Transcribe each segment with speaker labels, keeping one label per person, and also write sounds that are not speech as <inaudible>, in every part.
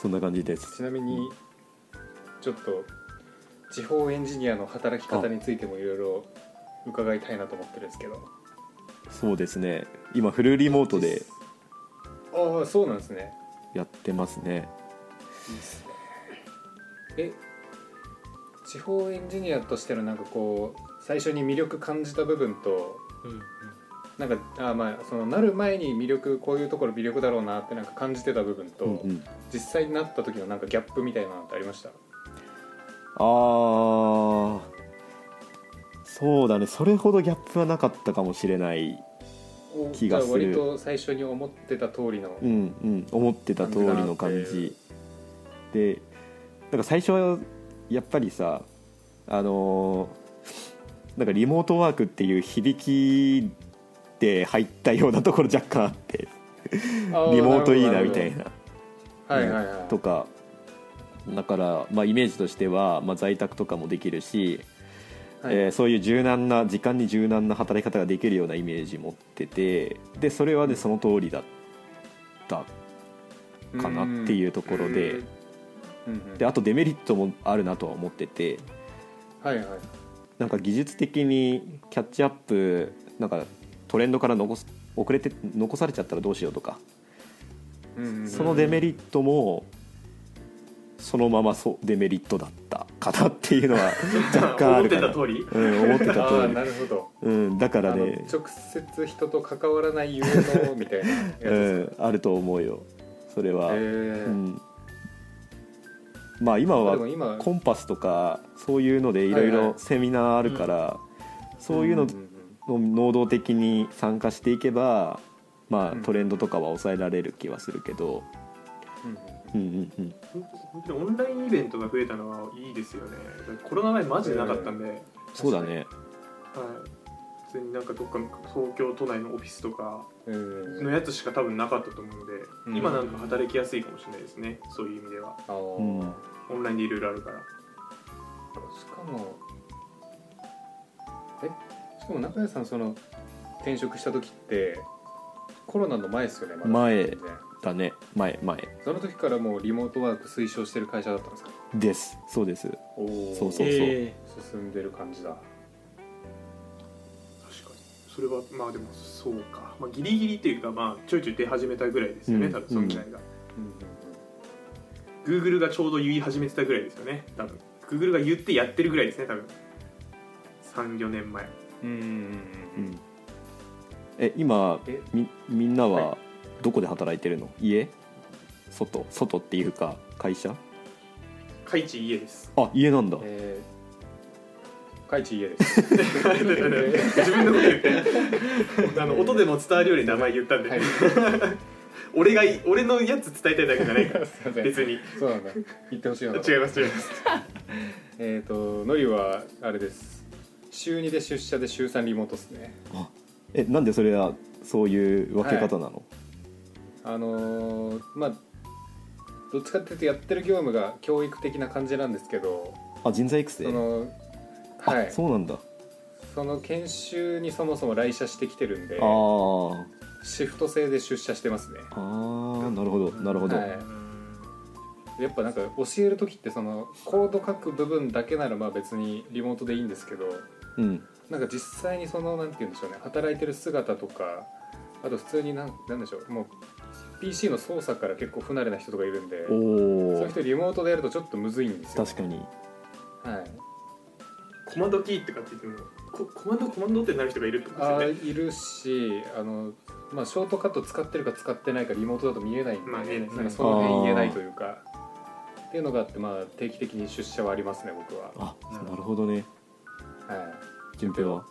Speaker 1: そんな感じです
Speaker 2: ちなみにちょっと地方エンジニアの働き方についてもいろいろ伺いたいなと思ってるんですけど
Speaker 1: そうですね今フルリモートで
Speaker 2: ああそうなんですね
Speaker 1: やってますね
Speaker 2: いいっすねえ地方エンジニアとしてのなんかこう最初に魅力感じた部分と
Speaker 3: うん
Speaker 2: なんかあーまあそのなる前に魅力こういうところ魅力だろうなってなんか感じてた部分と、
Speaker 1: うんうん
Speaker 2: 実際になった時のなんかギャップみたいなのってありました
Speaker 1: あーそうだねそれほどギャップはなかったかもしれない気がする
Speaker 2: じゃあ割と最初に思ってた通りの、
Speaker 1: うんうん思ってた通りの感じでなんか最初はやっぱりさあのーなんかリモートワークっていう響きで入ったようなところ若干あって
Speaker 2: あ
Speaker 1: リモートいいなみたい
Speaker 2: る
Speaker 1: な
Speaker 2: ほどはいはいはい
Speaker 1: とかだから、まあ、イメージとしては、まあ、在宅とかもできるし、
Speaker 2: はい
Speaker 1: えーそういう柔軟な時間に柔軟な働き方ができるようなイメージ持っててでそれはねその通りだったかなっていうところで
Speaker 2: うんうん
Speaker 1: であとデメリットもあるなとは思ってて
Speaker 2: はいはい
Speaker 1: なんか技術的にキャッチアップなんかトレンドから残す遅れて残されちゃったらどうしようとかそのデメ
Speaker 2: リ
Speaker 1: リットもそのままそうデメリットだったかなっていうの
Speaker 2: <laughs>
Speaker 1: は若干あ
Speaker 3: 思っ
Speaker 1: る
Speaker 3: て
Speaker 1: か
Speaker 3: た
Speaker 1: な
Speaker 3: 通り
Speaker 1: うん、思ってた
Speaker 2: ああ
Speaker 1: 通
Speaker 2: な
Speaker 1: り、
Speaker 2: るほど
Speaker 1: うん、だか
Speaker 2: あ
Speaker 1: ら
Speaker 2: の
Speaker 1: ね
Speaker 2: 直接人と関わらないゆえのみたいなやつです
Speaker 1: <laughs> うん、あると思うよそれは、
Speaker 2: かえ
Speaker 1: う
Speaker 2: ー
Speaker 1: ん、まあ今
Speaker 2: まあ
Speaker 1: は
Speaker 2: でも今
Speaker 1: コンパスとかそういうのでいろい
Speaker 2: はいは
Speaker 1: ろ
Speaker 2: い
Speaker 1: セミナーあるから、そういうの
Speaker 2: んんん
Speaker 1: の能動的に参加していけば、ま
Speaker 2: う
Speaker 1: あ、
Speaker 2: ん
Speaker 1: トレンドとかは抑えられる気はするけど、
Speaker 2: うんうん
Speaker 1: うんうんうん、
Speaker 3: 本当にオンラインイベントが増えたのはいいですよねコロナ前マジでなかったんで、はい
Speaker 1: そうだね
Speaker 3: 普通になんかどっかの東京都内のオフィスとか
Speaker 2: うん
Speaker 3: のやつしか多分なかったと思うんで、
Speaker 2: うん
Speaker 3: 今なんか働きやすいかもしれないですねそういう意味では
Speaker 2: あー
Speaker 1: うん
Speaker 3: オンラインでいろいろあるから
Speaker 2: しかもえしかも中谷さんその転職した時ってコロナの前ですよねまだ
Speaker 1: 前
Speaker 2: 全然
Speaker 1: だね前前
Speaker 2: その時からもうリモートワーク推奨してる会社だったんですか
Speaker 1: ですそうです
Speaker 2: おお
Speaker 1: そうそう
Speaker 3: え
Speaker 2: 進んでる感じだ
Speaker 3: 確かにそれはまあでもそうか、まあ、ギリギリというかまあちょいちょい出始めたぐらいですよね、
Speaker 1: うん
Speaker 3: 多分そのぐらいが、
Speaker 2: うん
Speaker 3: Google がちょうど言い始めてたぐらいですよね多分 Google が言ってやってるぐらいですね多分34年前
Speaker 2: うんうん
Speaker 1: う
Speaker 2: うん
Speaker 1: んえ今
Speaker 2: え
Speaker 1: みみんな
Speaker 2: は
Speaker 1: はどこで働いてるの家外外っていうか会社
Speaker 3: カイチ家です
Speaker 1: あ家なんだ
Speaker 2: えー、カイチ家です。
Speaker 3: 自分のこと言ってあの音でも伝わるように名前言ったんで、
Speaker 2: はい、
Speaker 3: 俺がい俺のやつ伝えたいだけじゃない <laughs> から
Speaker 2: すいません。
Speaker 3: 別に違い
Speaker 2: そうなんだ。言ってほしいな。
Speaker 3: ます違います
Speaker 2: えっ、と、のりはあれです。週2で出社で週3リモートですね。
Speaker 1: えなんでそれはそういう分け方なの、
Speaker 2: あのーまあ。どっちかっていうとやってる業務が教育的な感じなんですけど、
Speaker 1: あ人材育成
Speaker 2: その
Speaker 1: あ、
Speaker 2: はい、
Speaker 1: そうなんだあ
Speaker 2: その研修にそもそも来社してきてるんで
Speaker 1: あ、ー
Speaker 2: シフト制で出社してますね。
Speaker 1: あーなるほどなるほど、
Speaker 2: はいやっぱなんか教える時ってそのコード書く部分だけならまあ別にリモートでいいんですけど
Speaker 1: うん
Speaker 2: なんか実際にそのなんて言うんでしょうね働いてる姿とかあと普通になんなんでしょうもう PC の操作から結構不慣れな人とかいるんでそう
Speaker 1: お
Speaker 2: いう
Speaker 1: お
Speaker 2: 人リモートでやるとちょっとむずいんですよ
Speaker 1: 確かに
Speaker 2: はい、
Speaker 3: コマンドキーとかって言ってもこコマンドコマンドってなる人がいるってことです
Speaker 2: あ
Speaker 3: よね
Speaker 2: ーいるしあの、まあ、ショートカット使ってるか使ってないかリモートだと見えないんで、
Speaker 3: まあ見えないですね
Speaker 2: なんかその辺言えないというかっていうのがあってまあ定期的に出社はありますね僕は。
Speaker 1: あ
Speaker 4: うん
Speaker 1: なるほどね
Speaker 2: はい
Speaker 1: 順平は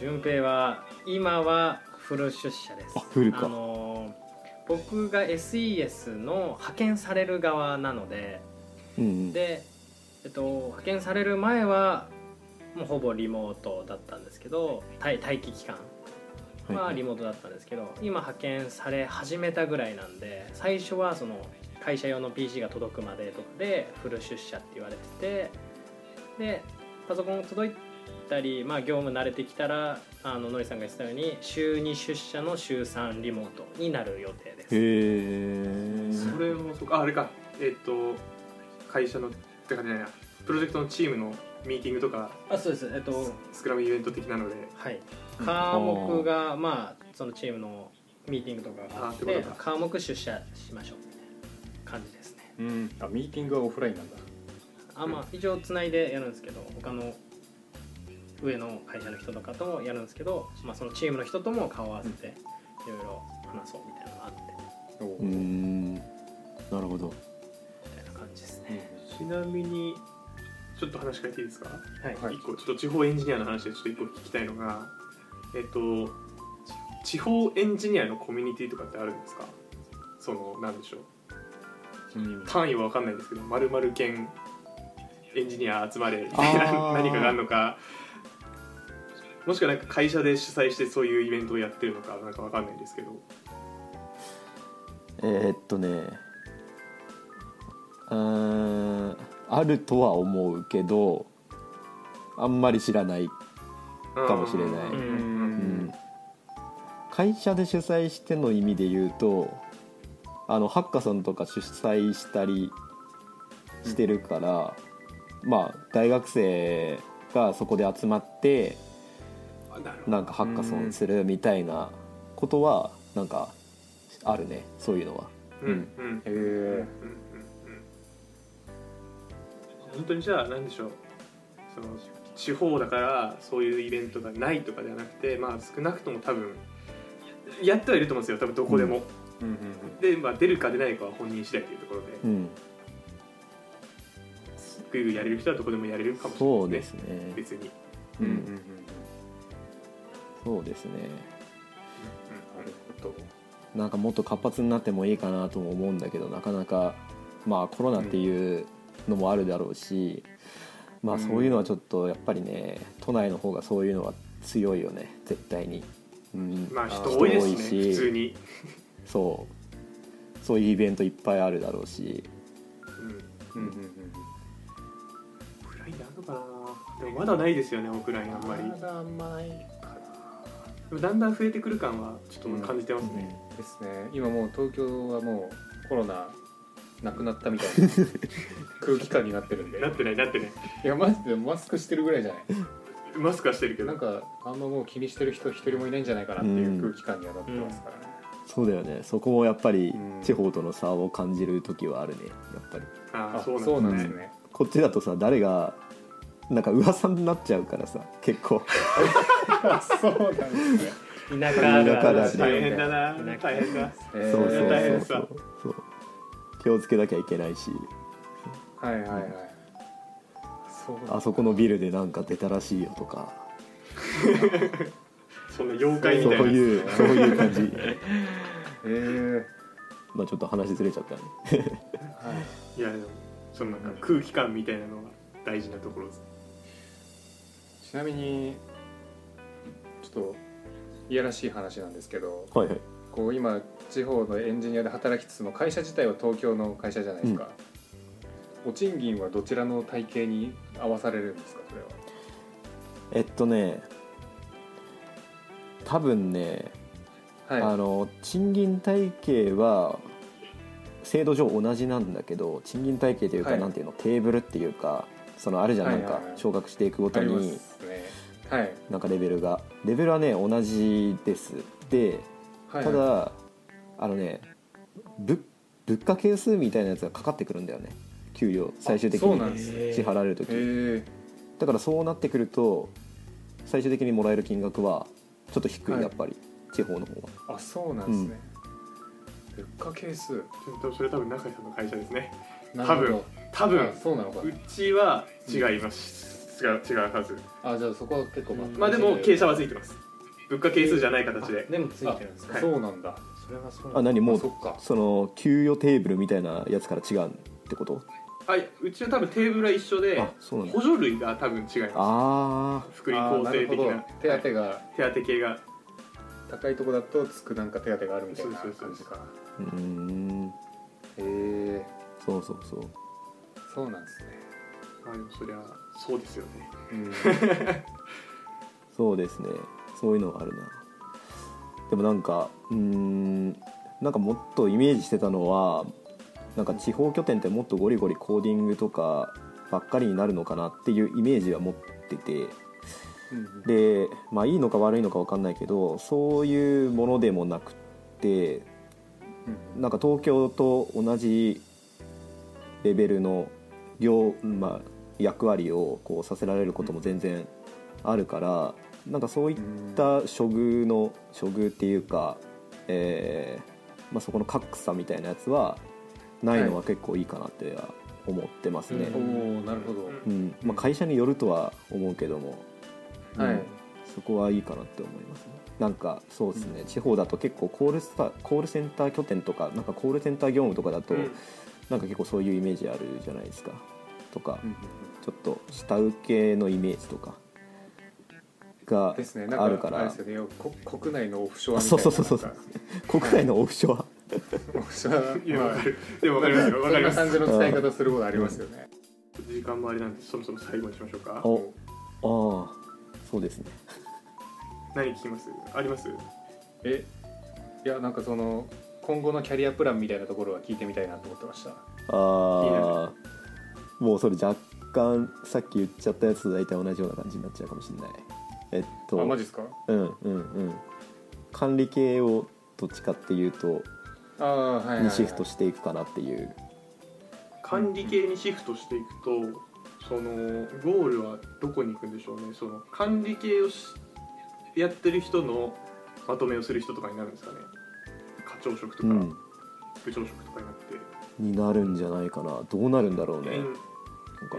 Speaker 4: 順平は今はフル出社です
Speaker 1: あフルか
Speaker 4: あのー僕が SES の派遣される側なので
Speaker 1: うんうん
Speaker 4: で、えっと、派遣される前はもうほぼリモートだったんですけど待待機期間
Speaker 1: い
Speaker 4: はいリモートだったんですけど、今派遣され始めたぐらいなんで最初はその会社用の PC が届くまでとかでフル出社って言われててでパソコン届いたり、まあ、業務慣れてきたらあののりさんが言ってたように週2出社の週3リモートになる予定で
Speaker 1: へ
Speaker 4: す。
Speaker 1: え
Speaker 3: それもそうかああれかえっと会社のてかじゃないなプロジェクトのチームのミーティングとか
Speaker 4: あそうですえっと
Speaker 3: スクラムイベント的なので
Speaker 4: はい
Speaker 3: うん
Speaker 4: 科目がまあそのチームのミーティングとかがあっ
Speaker 3: あーって
Speaker 4: て
Speaker 3: ことか
Speaker 4: 科目出社しましょうみたいな感じですね
Speaker 2: うんあミーティングはオフラインなんだ
Speaker 4: あまあ一応つないでやるんですけど他の上の会社の人とかともやるんですけど、まあ、そのチームの人とも顔を合わせていろいろ話そうみたいなのがあって
Speaker 2: お
Speaker 1: うーんなるほど
Speaker 4: みたいな感じですね
Speaker 2: う
Speaker 3: ちなみにちょっと話変えていいですか
Speaker 4: はい、
Speaker 2: はい
Speaker 3: 一個ちょっと地方エンジニアの話でちょっと一個聞きたいのがえっと地方エンジニアのコミュニティとかってあるんですかそのなんでしょうん単位は分かんないんですけど「まるまる県エンジニア集まれ」みたい
Speaker 1: あ
Speaker 3: な
Speaker 1: ー
Speaker 3: 何かがあるのかもしくはなんか会社で主催してそういうイベントをやってるのかなんか分かんないですけど
Speaker 1: えーっとねうーんあるとは思うけどあんまり知らない、かもしれない
Speaker 3: うん
Speaker 2: う
Speaker 1: うんん、会社で主催しての意味で言うとあのハッカソンとか主催したりしてるから、まあ大学生がそこで集まって
Speaker 3: あなるほど
Speaker 1: なんかハッカソンするみたいなことはなんかあるねそういうのは。
Speaker 3: うんうん
Speaker 2: へ
Speaker 3: うんうん
Speaker 2: え
Speaker 3: うん本当にじゃあ何でしょうその地方だからそういうイベントがないとかではなくてまあ少なくとも多分やってはいると思うんですよ多分どこでも、
Speaker 2: うんうん
Speaker 3: で、まあ、出るか出ないかは本人次第というところで、
Speaker 1: うん、
Speaker 3: グイグイやれる人はどこでもやれるかもしれ
Speaker 1: そう
Speaker 3: ない
Speaker 1: で
Speaker 3: ですすね
Speaker 1: ね。
Speaker 3: 別に、
Speaker 1: う
Speaker 2: うんうんうん
Speaker 1: ん
Speaker 2: うん
Speaker 1: そうですね
Speaker 2: なるほど
Speaker 1: なんかもっと活発になってもいいかなとも思うんだけどなかなかまあコロナっていうのもあるだろうし、まあそういうのはちょっとやっぱりね都内の方がそういうのは強いよね絶対に、うん、
Speaker 3: まあ人多いですね
Speaker 1: 人多いし
Speaker 3: 普通に、
Speaker 1: そうそういうイベントいっぱいあるだろうし
Speaker 3: うん、
Speaker 2: うんうん
Speaker 3: オフラインであるのかなでもまだないですよねオフラインあんまり
Speaker 2: まだ甘いか
Speaker 3: でもだんだん増えてくる感はちょっと感じてますね、
Speaker 2: なですね今もう東京はもうコロナなくなったみたいな空気感になってるんで
Speaker 3: なってないなってない
Speaker 2: いやマジでマスクしてるぐらいじゃない
Speaker 3: マスクはしてるけ
Speaker 2: な
Speaker 3: ど
Speaker 2: んかあんまもう気にしてる人一人もいないんじゃないかなっていう空気感にはなってますからね、
Speaker 1: そうだよねそこもやっぱり
Speaker 2: うん
Speaker 1: 地方との差を感じる時はあるねやっぱり
Speaker 3: ああ
Speaker 2: あ
Speaker 3: そう
Speaker 2: そう
Speaker 3: な
Speaker 2: なんん
Speaker 3: で
Speaker 2: ですす
Speaker 3: ね
Speaker 2: ね
Speaker 1: こっちだとさ誰がなんか噂になっちゃうからさ結構
Speaker 2: あそうなんですね
Speaker 4: 田舎あるある
Speaker 1: 田舎だ
Speaker 3: 大変だな
Speaker 4: なんか
Speaker 3: 大変だ
Speaker 2: え
Speaker 1: そ
Speaker 2: ー
Speaker 1: うそう
Speaker 3: 大
Speaker 1: そ
Speaker 3: 変
Speaker 1: う
Speaker 3: さ
Speaker 1: そうそう気をつけなきゃいけないし
Speaker 2: はいはいはいそう
Speaker 1: あそこのビルでなんか出たらしいよとか
Speaker 3: そんな妖
Speaker 1: そう
Speaker 3: 怪みたいなや
Speaker 1: いう
Speaker 2: <laughs>
Speaker 1: そういう感じ
Speaker 2: えー
Speaker 1: まあちょっと話ずれちゃったね
Speaker 2: はい
Speaker 3: ついやでもそのなんか空気感みたいなのが大事なところです
Speaker 2: ちなみにちょっといやらしい話なんですけど
Speaker 1: はいはい
Speaker 2: こう今地方のエンジニアで働きつつも会社自体は東京の会社じゃないですか、お賃金はどちらの体系に合わされるんですかそれは
Speaker 1: えっとね多分ね、
Speaker 2: はい
Speaker 1: あの賃金体系は制度上同じなんだけど賃金体系というか、
Speaker 2: はい
Speaker 1: なんていうのテーブルっていうかそのあるじゃん、
Speaker 2: はいはい
Speaker 1: なんか昇格していくご
Speaker 2: あ
Speaker 1: と
Speaker 2: ります
Speaker 1: に
Speaker 2: ねはい
Speaker 1: なんかレベルがレベルはね同じですで
Speaker 2: はい
Speaker 1: ただ、あのねぶ物価係数みたいなやつがかかってくるんだよね給料最終的
Speaker 2: そうなん
Speaker 1: に
Speaker 2: です
Speaker 4: ね
Speaker 1: 支払われる時
Speaker 2: へー
Speaker 1: だからそうなってくると最終的にもらえる金額はちょっと低い、
Speaker 2: はい
Speaker 1: やっぱり地方の方は
Speaker 2: あそうなんですね、物価係数
Speaker 3: それ多分中井さんの会社ですね
Speaker 2: なるほど
Speaker 3: 多分
Speaker 2: あそうなのか
Speaker 3: うちは違います、違う違うはず
Speaker 2: あじゃあそこは結構バック
Speaker 3: まあでも傾斜はついてます物価係数じゃない形で
Speaker 4: でもついてるんですか
Speaker 3: はい
Speaker 2: そうなんだ
Speaker 4: それはそうなんだ
Speaker 1: あ何も
Speaker 2: あそうっか
Speaker 1: その給与テーブルみたいなやつから違うってこと
Speaker 3: はいうちは多分テーブルは一緒で
Speaker 1: あそうなんだ
Speaker 3: 補助類が多分違いま
Speaker 1: あ
Speaker 2: あ
Speaker 3: す福利
Speaker 2: ー
Speaker 3: 厚
Speaker 2: な
Speaker 3: 生
Speaker 2: るほ
Speaker 3: 的
Speaker 2: ど
Speaker 3: な
Speaker 2: 手当が
Speaker 3: 手当系が
Speaker 2: 高いとこだとつくなんか手当があるみたいな
Speaker 3: そ
Speaker 2: 感
Speaker 3: うそうそう
Speaker 2: じか
Speaker 1: ーうーん
Speaker 2: へえ
Speaker 1: そうそうそう
Speaker 2: そうなんですね
Speaker 3: まあでもそりゃそうですよね
Speaker 2: うん
Speaker 1: そうですねそういうのはあるなでもなんかうーんなんかもっとイメージしてたのはなんか地方拠点ってもっとゴリゴリコーディングとかばっかりになるのかなっていうイメージは持ってて
Speaker 2: うん
Speaker 1: でまあいいのか悪いのか分かんないけどそういうものでもなくってなんか東京と同じレベルの両、まあ、役割をこうさせられることも全然あるからなんかそういっ
Speaker 2: うん
Speaker 1: た処遇の処遇っていうか、えーまあ、そこの格差みたいなやつはないのは結構いいかなっては思ってますね、
Speaker 4: う
Speaker 2: お
Speaker 4: ん
Speaker 2: おなるほど、
Speaker 3: うん
Speaker 1: うんまあ、会社によるとは思うけども、うん
Speaker 2: はい
Speaker 1: そこはいいかなって思いますねなんかそうですね、地方だと結構コールスタコールセンター拠点とかなんかコールセンター業務とかだと、
Speaker 3: うん
Speaker 1: なんか結構そういうイメージあるじゃないですかとか、
Speaker 2: うんうん
Speaker 1: ちょっと下請けのイメージとか
Speaker 2: う
Speaker 1: が
Speaker 2: んですね
Speaker 1: あ
Speaker 2: な
Speaker 1: る
Speaker 2: ん
Speaker 1: か
Speaker 2: かあれ
Speaker 1: ら
Speaker 2: ですよねよこ国内のオフショアみたいな
Speaker 1: そうそうそうそう
Speaker 2: なんか
Speaker 1: 国内のオフショア
Speaker 2: オフショア
Speaker 3: いやわ
Speaker 2: まあ
Speaker 3: かるでもわかりますよわかります
Speaker 2: <laughs> そんな感じの使い方することありますよね
Speaker 3: 時間もあれなんでそもそも最後にしましょうか
Speaker 1: おああそうですね
Speaker 3: 何聞きますあります
Speaker 2: えいやなんかその今後のキャリアプランみたいなところは聞いてみたいなと思ってました
Speaker 3: 気に
Speaker 1: あ
Speaker 3: な
Speaker 1: あもうそれ若干さっき言っちゃったやつと大体同じような感じになっちゃうかもしれないえっと
Speaker 2: あマジですか
Speaker 1: うんうんうん管理系をどっちかっていうと
Speaker 2: ああはいはい、はい、
Speaker 1: にシフトしていくかなっていう
Speaker 3: 管理系にシフトしていくとそのゴールはどこに行くんでしょうねその管理系をしやってる人のまとめをする人とかになるんですかね課長職とか
Speaker 1: うん
Speaker 3: 部長職とかになって、
Speaker 1: になるんじゃないかなどうなるんだろうね
Speaker 3: エン
Speaker 1: なんか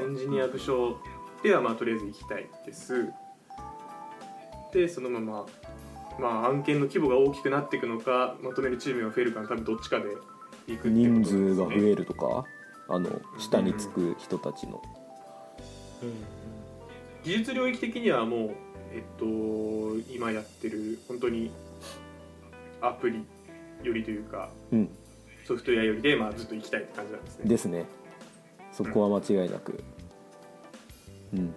Speaker 3: エンジニア部署ではまあとりあえず行きたいですでそのまままあ案件の規模が大きくなっていくのかまとめるチームが増えるかの多分どっちかで行くっていうこと
Speaker 1: 人
Speaker 3: ですね
Speaker 1: 数が増えるとかあの下につく人たちの
Speaker 3: 技術領域的にはもう、えっと、今やってる本当にアプリよりというか
Speaker 1: うん
Speaker 3: ソフトウェアよりで、まあ、ずっと行きたいって感じなんですね
Speaker 1: ですねそこは間違いなくうん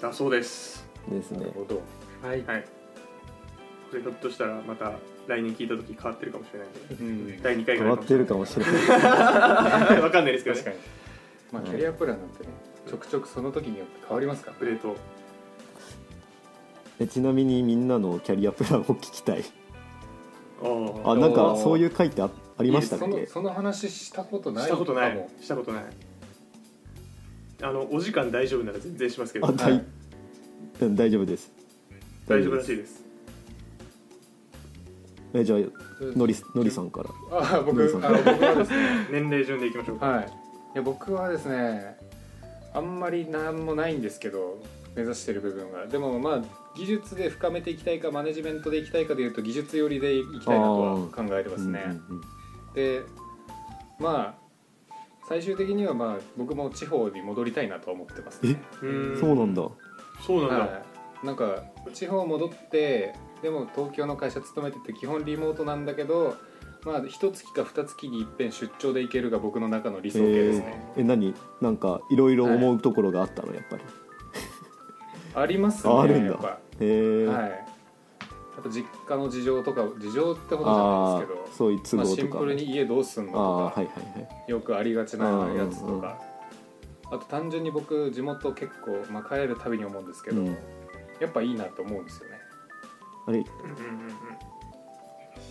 Speaker 3: だそうです
Speaker 1: です
Speaker 2: なる
Speaker 1: ね
Speaker 2: ほど
Speaker 4: はい
Speaker 3: はいこれひょっとしたらまた来年聞いた時変わってるかもしれないんで
Speaker 2: うん
Speaker 3: 第2
Speaker 1: 変
Speaker 3: 回ぐら
Speaker 1: わ
Speaker 3: い
Speaker 1: ってるかもしれない
Speaker 3: ない <laughs> わかんないですけど
Speaker 2: 確か
Speaker 3: ね
Speaker 2: にまあ
Speaker 1: うん
Speaker 2: キャリアプランなんてねちょくちょくその時によって変わりますから
Speaker 3: プレート
Speaker 1: <laughs> えちなみにみんなのキャリアプランを聞きたい
Speaker 3: あ
Speaker 1: あ
Speaker 3: あ
Speaker 1: なんかそういう回ってあありましたっ
Speaker 2: その
Speaker 1: け
Speaker 2: その話したことない
Speaker 3: したことない
Speaker 2: かも
Speaker 3: したことないあのお時間大丈夫なら全然しますけど
Speaker 1: あ
Speaker 2: は
Speaker 1: 大
Speaker 2: い
Speaker 1: うん大丈夫です
Speaker 3: 大丈夫らしいです
Speaker 1: えじゃあのりのりさんから
Speaker 2: あ僕
Speaker 1: のりさん
Speaker 2: あ僕はですね
Speaker 3: 年齢順でいきましょうか
Speaker 2: はいいや僕はですねあんまり何もないんですけど目指してる部分がでもまあ技術で深めていきたいかマネジメントでいきたいかでいうと技術寄りでいきたいなとは考えてますね、
Speaker 1: うん
Speaker 2: でまあ最終的にはまあ僕も地方に戻りたいなとは思ってますね
Speaker 3: う
Speaker 1: うん
Speaker 3: ん
Speaker 1: そうなんだ
Speaker 3: そうなんだ、
Speaker 2: はい、なんか地方戻ってでも東京の会社勤めてて基本リモートなんだけどまあ1月か2月にいっぺん出張で行けるが僕の中の理想形ですね、
Speaker 1: え何なんかいろいろ思うところがあったのやっぱり
Speaker 2: ありますね
Speaker 1: ああるんだ
Speaker 2: やっぱ、
Speaker 1: へえ
Speaker 2: はいやっぱ実家の事情とか事情ってほどじゃ
Speaker 1: あ
Speaker 2: ないです
Speaker 1: あ
Speaker 2: けど
Speaker 1: そういう都
Speaker 2: まあ、
Speaker 1: 合
Speaker 2: シ
Speaker 1: と
Speaker 2: ン
Speaker 1: か
Speaker 2: プルに家どうすんのと
Speaker 1: あ
Speaker 2: か、
Speaker 1: あはいはいはい
Speaker 2: よくありがちなや
Speaker 1: う
Speaker 2: つ
Speaker 1: んう
Speaker 2: と
Speaker 1: んうん
Speaker 2: かあと単純に僕地元結構、まあ、帰るたびに思うんですけど、
Speaker 1: うん
Speaker 2: やっぱいいなと思うんですよね
Speaker 1: あれ
Speaker 3: うんうんうんうん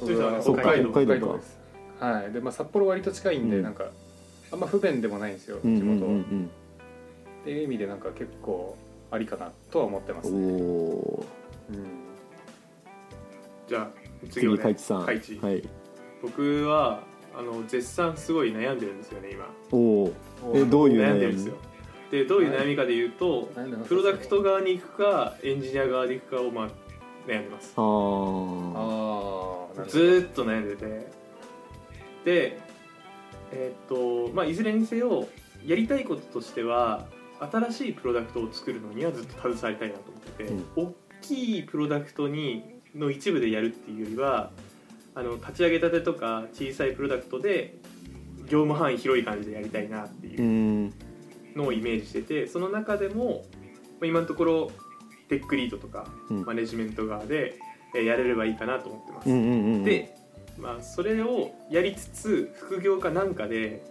Speaker 2: 僕は
Speaker 3: そうか
Speaker 1: 北海道
Speaker 2: ですはいで、まあ、札幌割と近いんで、
Speaker 1: うん
Speaker 2: なんかあんま不便でもないんですよ地
Speaker 1: うん
Speaker 2: 元、
Speaker 1: うんうん
Speaker 2: っていう意味でなんか結構ありかなとは思ってます
Speaker 1: う
Speaker 2: ね、
Speaker 1: んおー
Speaker 2: うん
Speaker 3: じゃあ次
Speaker 1: 次
Speaker 3: はね
Speaker 1: かいちさん
Speaker 3: かいち
Speaker 1: はい
Speaker 3: 僕はあの絶賛すごい悩んでるんですよね今
Speaker 1: おおえどういう
Speaker 3: 悩んで
Speaker 1: 悩
Speaker 3: るんですよ
Speaker 1: み
Speaker 3: でどういう悩みかで言うと
Speaker 2: 悩んでます
Speaker 3: プロダクト側に行くかエンジニア側に行くかをまあ悩んでます
Speaker 1: あー
Speaker 2: ああなる
Speaker 3: ずーっと悩んでてでえーっとまあいずれにせよやりたいこととしては新しいプロダクトを作るのにはずっと携わりたいなと思ってて、大きいプロダクトにの一部でやるっていうよりはあの立ち上げたてとか小さいプロダクトで業務範囲広い感じでやりたいなっていううんのをイメージしててその中でも、まあ、今のところテックリードとか
Speaker 1: うん
Speaker 3: マネジメント側でえーやれればいいかなと思ってます。
Speaker 1: うんうんうんうん
Speaker 3: でまあ、それをやりつつ副業かなんかで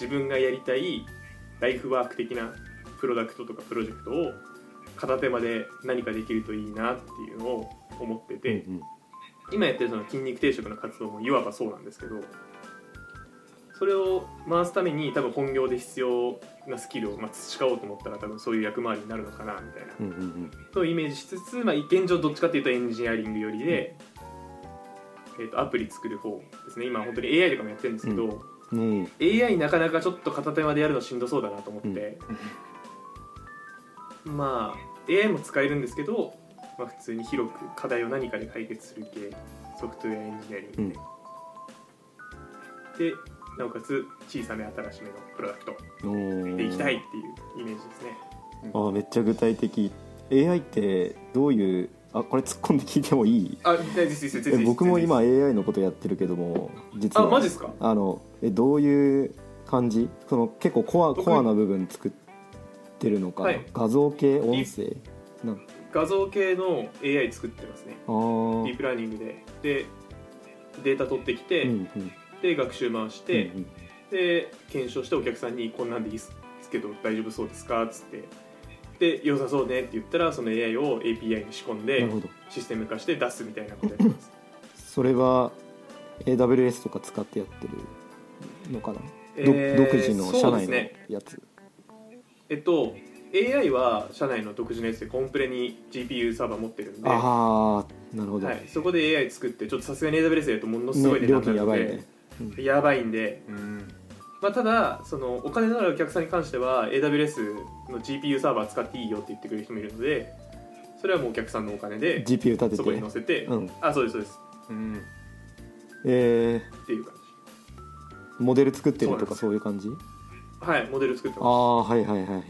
Speaker 3: 自分がやりたいライフワーク的なプロダクトとかプロジェクトを片手間で何かできるといいなっていうのを思ってて、
Speaker 1: うん
Speaker 3: 今やってるその筋肉定食の活動もいわばそうなんですけどそれを回すために多分本業で必要なスキルをまあ培おうと思ったら多分そういう役回りになるのかなみたいな
Speaker 1: うんうんうん
Speaker 3: とイメージしつつ、まあ、現状どっちかというとエンジニアリング寄りで、えー、とアプリ作る方ですね今本当に AI とかもやってるんですけど、
Speaker 1: うんうん
Speaker 3: AI なかなかちょっと片手間でやるのしんどそうだなと思って、 <laughs> まあ AI も使えるんですけど、まあ、普通に広く課題を何かで解決する系ソフトウェアエンジニアリン
Speaker 1: う
Speaker 3: グ
Speaker 1: ん
Speaker 3: で、なおかつ小さめ新しめのプロダクト
Speaker 1: お
Speaker 3: で
Speaker 1: ー
Speaker 3: いきたいっていうイメージですね
Speaker 1: あーめっちゃ具体的 AI ってどういうあこれ突っ込んで聞いてもいい
Speaker 3: あ大丈夫です大丈夫です
Speaker 1: え僕も今 AI のことやってるけども実
Speaker 3: あ
Speaker 1: は
Speaker 3: マジですか
Speaker 1: あのえどういう感じその結構コア
Speaker 3: 僕
Speaker 1: コアな部分作ってるのか、
Speaker 3: はい
Speaker 1: 画像系音声なん
Speaker 3: 画像系の AI 作ってますね
Speaker 1: あー
Speaker 3: ディープラーニングででデータ取ってきて、
Speaker 1: うんうん
Speaker 3: で学習回して、
Speaker 1: うんうん
Speaker 3: で検証してお客さんに「こんなんでいいっすけど大丈夫そうですか?」っつってで「良さそうね」って言ったらその AI を API に仕込ん
Speaker 1: な
Speaker 3: で
Speaker 1: るほど
Speaker 3: システム化して出すみたいなことやってます
Speaker 1: それは AWS とか使ってやってるのかな、
Speaker 3: え
Speaker 1: ど
Speaker 3: ー
Speaker 1: 独自の社
Speaker 3: そうで
Speaker 1: 内
Speaker 3: す
Speaker 1: の
Speaker 3: ね
Speaker 1: やつ
Speaker 3: えっと AI は社内の独自のやつでコンプレに GPU サーバー持ってるんで、は
Speaker 1: ああなるほど、
Speaker 3: い、そこで AI 作ってちょっとさすがに AWS やるとものすごい
Speaker 1: ね、
Speaker 3: 値段
Speaker 1: 料金や
Speaker 3: になるの
Speaker 1: ば
Speaker 3: で、
Speaker 1: いね
Speaker 3: やばいんで
Speaker 2: うん
Speaker 3: まあ、ただそのお金のあるお客さんに関しては AWS の GPU サーバー使っていいよって言ってくれる人もいるのでそれはもうお客さんのお金で
Speaker 1: GPU 立てて
Speaker 3: そこに載せて、
Speaker 1: うん
Speaker 3: あそうですそうです
Speaker 2: うん
Speaker 1: え
Speaker 3: っていう感
Speaker 1: ーモデル作ってるとか
Speaker 3: そ
Speaker 1: そういう感じ
Speaker 3: じはいモデル作って
Speaker 1: あ
Speaker 3: ま
Speaker 1: あはいはいはいはい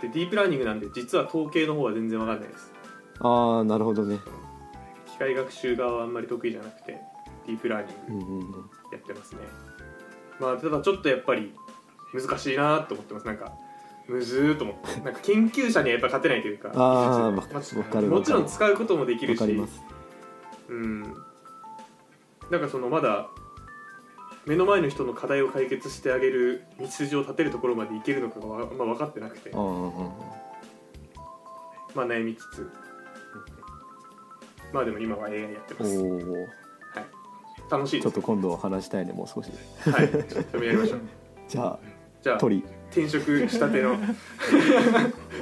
Speaker 3: すでディープラーニングなんで実は統計の方は全然わかんないです
Speaker 1: ああなるほどね
Speaker 3: 機械学習側はあんまり得意じゃなくてディープラーニ
Speaker 1: う
Speaker 3: ン
Speaker 1: ん
Speaker 3: グ
Speaker 1: うんうん
Speaker 3: やってますね、まあただちょっとやっぱり難しいなと思ってますなんかむずーっと思ってなんか研究者にはやっぱ勝てないというか
Speaker 1: あー
Speaker 3: 技
Speaker 1: わ
Speaker 3: 術
Speaker 1: わかる
Speaker 3: も
Speaker 1: わ
Speaker 3: ち
Speaker 1: かる
Speaker 3: ろん使うこともできる
Speaker 1: わ
Speaker 3: し
Speaker 1: かります
Speaker 3: うんなんかそのまだ目の前の人の課題を解決してあげる道筋を立てるところまでいけるのかがわ、まあ、分かってなくて
Speaker 1: あー
Speaker 3: まあ悩みつつまあでも今は AI やって
Speaker 1: お
Speaker 3: ます
Speaker 1: お
Speaker 3: 楽しい
Speaker 1: ちょ
Speaker 3: で
Speaker 1: っと今度話したいねもう少し
Speaker 3: すはいちょっとやりましょう
Speaker 1: <laughs> じゃ
Speaker 3: じゃ
Speaker 1: あ
Speaker 3: あ <laughs>
Speaker 1: 鳥
Speaker 3: 転職した
Speaker 1: <laughs>
Speaker 3: ての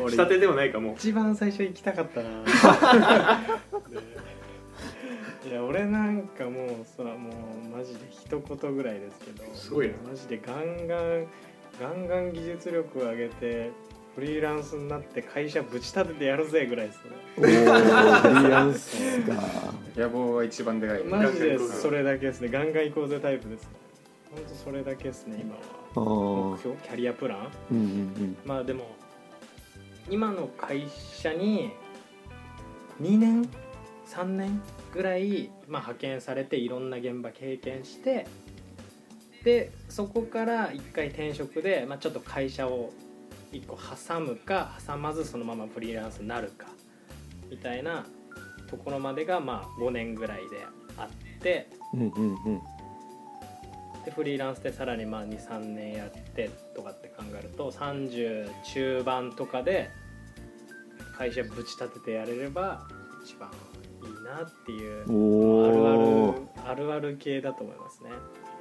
Speaker 4: 俺
Speaker 3: したてでもないかも
Speaker 4: 一番最初行きたかったなね
Speaker 3: <laughs>
Speaker 4: いや俺なんかもうそらもうマジで一言ぐらいですけど
Speaker 3: すごいな
Speaker 4: マジでガンガンガンガン技術力を上げてフリーランスになって会社ぶち立ててやるぜぐらいですね
Speaker 1: おおフリーランスか
Speaker 2: 野望は一番でかい
Speaker 4: マジでそれだけですねガンガン行こうぜタイプですねほんとそれだけですね今は
Speaker 1: ああ
Speaker 4: 目
Speaker 1: ー
Speaker 4: 標キャリアプラン
Speaker 1: うんうん
Speaker 4: まあでも今の会社に2年3年ぐらい、まあ、派遣されていろんな現場経験してでそこから1回転職で、まあ、ちょっと会社を1個挟むか挟まずそのままフリーランスになるかみたいなところまでがまあ5年ぐらいであって
Speaker 1: うんうんうんうん
Speaker 4: でフリーランスでさらにまあ23年やってとかって考えると30中盤とかで会社ぶち立ててやれれば一番いいなっていう
Speaker 1: お
Speaker 4: ある
Speaker 1: お
Speaker 4: あるあるある系だと思いますね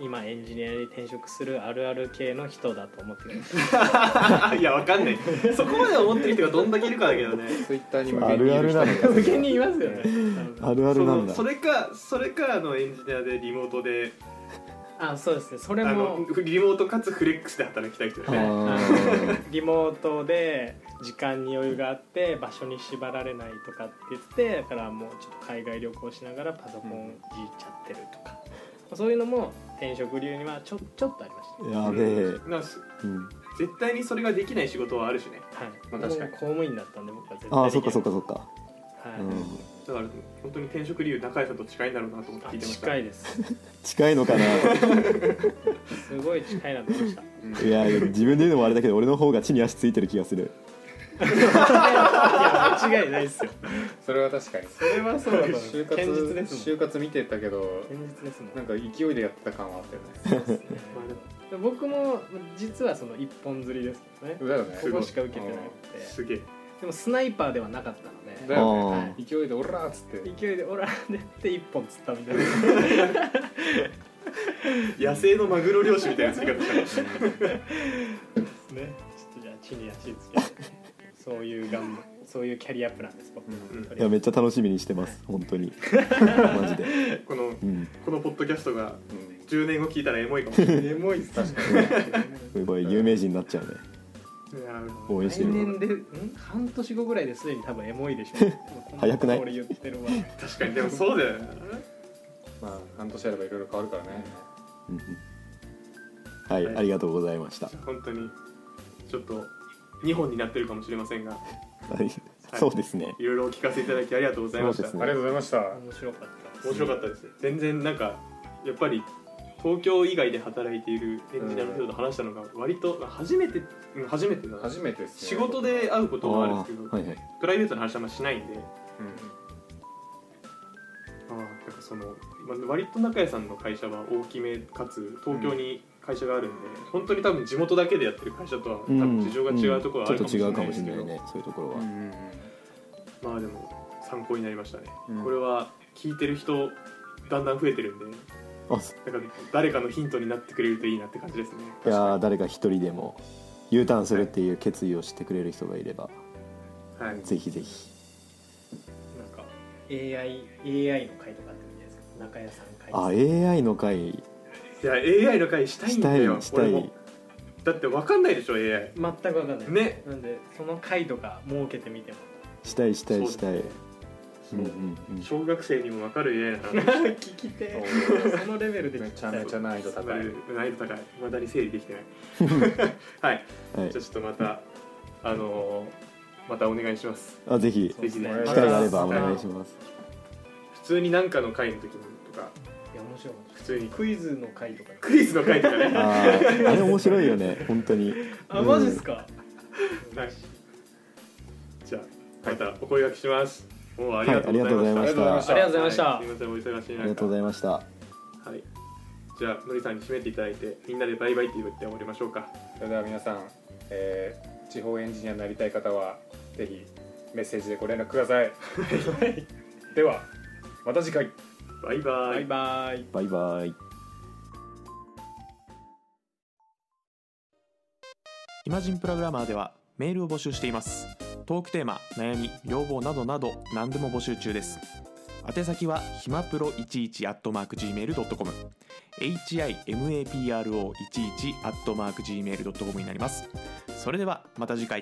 Speaker 4: 今エンジニアに転職するあるある系の人だと思ってください
Speaker 3: いやわかんないそこまで思ってる人がどんだけいるかだけどね
Speaker 2: ツイッターに
Speaker 1: あるあるなのか
Speaker 4: 無限に言いますよね
Speaker 1: あるあるなんだ
Speaker 3: そのそれかそれからのエンジニアでリモートで
Speaker 4: あそうですねそれ
Speaker 3: あ
Speaker 4: も
Speaker 3: のリモートかつフレックスで働きたい人だ
Speaker 1: あ
Speaker 3: よね
Speaker 1: ー
Speaker 4: リモートで時間に余裕があって場所に縛られないとかって言ってだからもうちょっと海外旅行しながらパソコンいじっちゃってるとか、そういうのも転職流にはちょちょっとありまし
Speaker 1: やべえ
Speaker 3: なんかす
Speaker 1: うん
Speaker 3: 絶対にそれができない仕事はあるしね
Speaker 4: た、はい
Speaker 2: まあ確かに
Speaker 4: もう公務員だったんで僕は絶対
Speaker 1: ああそっかそっか
Speaker 4: そ
Speaker 1: そっか
Speaker 4: はい
Speaker 1: うん
Speaker 3: だから本当に転職理由中井さんと近いんだろうなと思って聞
Speaker 4: あ
Speaker 3: いてました
Speaker 4: 近いです
Speaker 1: 近いのかな <laughs>
Speaker 4: すごい近いなと思いました
Speaker 1: いや自分で言うのもあれだけど俺の方が地に足ついてる気がする
Speaker 4: 間違いないですよ
Speaker 2: それは確かに
Speaker 4: それはそうだと思う
Speaker 2: 就活
Speaker 4: 堅実ですも
Speaker 2: 就
Speaker 4: ん
Speaker 2: 活見てたけど
Speaker 4: 堅実ですもん
Speaker 2: なんか勢いでやった感はあったよね
Speaker 3: まあでも
Speaker 4: 僕も実はその一本釣りですけどね
Speaker 2: だよね
Speaker 4: ここしか受けてなくて
Speaker 3: すげえ
Speaker 4: でもスナイパーではなかったの
Speaker 2: うん
Speaker 4: で
Speaker 2: だよ
Speaker 1: あ
Speaker 2: ね勢いで「オラ!」っつって
Speaker 4: 勢いで「オラ!」って一本釣ったみたいな
Speaker 3: 野生のマグロ漁師みたいな釣り方したね
Speaker 4: ねちょっとじゃあ地に足つけてそういう頑張そういうキャリアプランです僕
Speaker 2: うん
Speaker 4: とりあえ
Speaker 1: い
Speaker 4: ず
Speaker 1: やめっちゃ楽しみにしてます本当
Speaker 3: <laughs>
Speaker 1: にマジで、 <laughs>
Speaker 3: この
Speaker 1: うん、
Speaker 3: このポッドキャストが10年後聞いたらエモいかもしれない
Speaker 2: エモいっす確かに
Speaker 1: すごい有名人になっちゃうね応援して
Speaker 4: 来
Speaker 1: る
Speaker 4: 年でん半年後ぐらいですでに多分エモいでしょもうこん
Speaker 1: <laughs> 早くない
Speaker 4: こと俺言ってるわ
Speaker 3: 確かにでもそうだよね
Speaker 2: まあ半年やればいろいろ変わるからね
Speaker 1: うんうんはい、
Speaker 3: はい
Speaker 1: ありがとうございました、は
Speaker 3: 本当にちょっと2本になってるかもしれませんが
Speaker 1: い、そうですね
Speaker 3: いろいろお聞かせいただきありがとうございました、
Speaker 1: そうですね
Speaker 2: ありがとうございました
Speaker 4: 面白かったです
Speaker 3: 面白かったです全然なんかやっぱり東京以外で働いているエンジニアの人と話したのが割と初めてうん初めてだな
Speaker 2: 初めてですね
Speaker 3: 仕事で会うこともあるんですけど、
Speaker 1: あーはいはい
Speaker 3: プライベートの話はあんましないん
Speaker 2: うん
Speaker 3: であーなんかそのまあ割と中谷さんの会社は大きめかつ東京に会社があるんで、本当に多分地元だけでやってる会社とは多分事情が違うところはあるかもし
Speaker 1: うんち
Speaker 3: れ
Speaker 1: ょ
Speaker 3: な
Speaker 1: っと違うか
Speaker 3: いで
Speaker 1: もし
Speaker 3: すけ
Speaker 1: れな
Speaker 3: ど、
Speaker 1: いねそういうところは、
Speaker 2: うんうん
Speaker 3: まあでも参考になりましたね、
Speaker 2: うん
Speaker 3: これは聞いてる人だんだん増えてるんで
Speaker 1: あす
Speaker 3: なんか誰かのヒントになってくれるといいなって感じですね
Speaker 1: いやー誰か一人でも U ターンするっていう決意をしてくれる人がいれば、
Speaker 3: はい
Speaker 1: ぜひぜひ
Speaker 4: なんか AI, AI の会とかあってもいいんじゃないですか中谷さん会
Speaker 1: あ AI の回
Speaker 3: いや AI の会したいんだよ
Speaker 1: したいしたい
Speaker 3: 俺もだって分かんないでしょ AI
Speaker 4: 全く分かんない
Speaker 3: ね
Speaker 4: なんでその会とか設けてみても
Speaker 1: したいしたいしたい、
Speaker 3: そう
Speaker 1: うんうんうん
Speaker 3: 小学生にも分かる AI の話
Speaker 4: <laughs> 聞きてそのレベルで
Speaker 2: め
Speaker 4: 聞き
Speaker 2: ち
Speaker 4: た
Speaker 2: ゃ
Speaker 4: い
Speaker 2: めちゃ難易度高い
Speaker 3: 難易度高いまだに整理できて
Speaker 1: <laughs>
Speaker 3: ないは
Speaker 1: は
Speaker 3: い
Speaker 1: い
Speaker 3: じゃあちょっとまたあのーまたお願いします
Speaker 1: あぜひ
Speaker 4: そうですね
Speaker 2: ぜひ
Speaker 1: 機
Speaker 2: 機
Speaker 1: 会があればお
Speaker 2: お願
Speaker 1: 願
Speaker 2: い
Speaker 1: いします
Speaker 3: 普通に何かの会の時にとか
Speaker 4: いや面白かっ
Speaker 3: 普通に
Speaker 4: たクイズの会とか
Speaker 3: クイズの会とかね
Speaker 1: <laughs> あーあれ面白いよね本当に
Speaker 4: あマジっすか、
Speaker 3: はいじゃあまたお声掛けしますもうありがとうございました、
Speaker 1: はいありがとうございました
Speaker 2: あ
Speaker 4: あり
Speaker 2: りが
Speaker 4: がとうございま
Speaker 3: はいすみませ
Speaker 4: した、
Speaker 3: んお忙しい
Speaker 1: あ
Speaker 3: 中
Speaker 1: りがとうございました
Speaker 3: はい。じゃあのりさんに締めていただいてみんなでバイバイって言って終わりましょうか。
Speaker 2: それでは皆さん、えー地方エンジニアになりたい方はぜひメッセージでご連絡ください <laughs> ではまた次回
Speaker 3: バイバイ。
Speaker 4: バイバイ
Speaker 1: バイバイ
Speaker 5: イマジンプログラマーではメールを募集していますトークテーマ悩み要望などなど何でも募集中です宛先はひまプロ11 at mark gmail.com himapro11 at mark gmail.com になりますそれではまた次回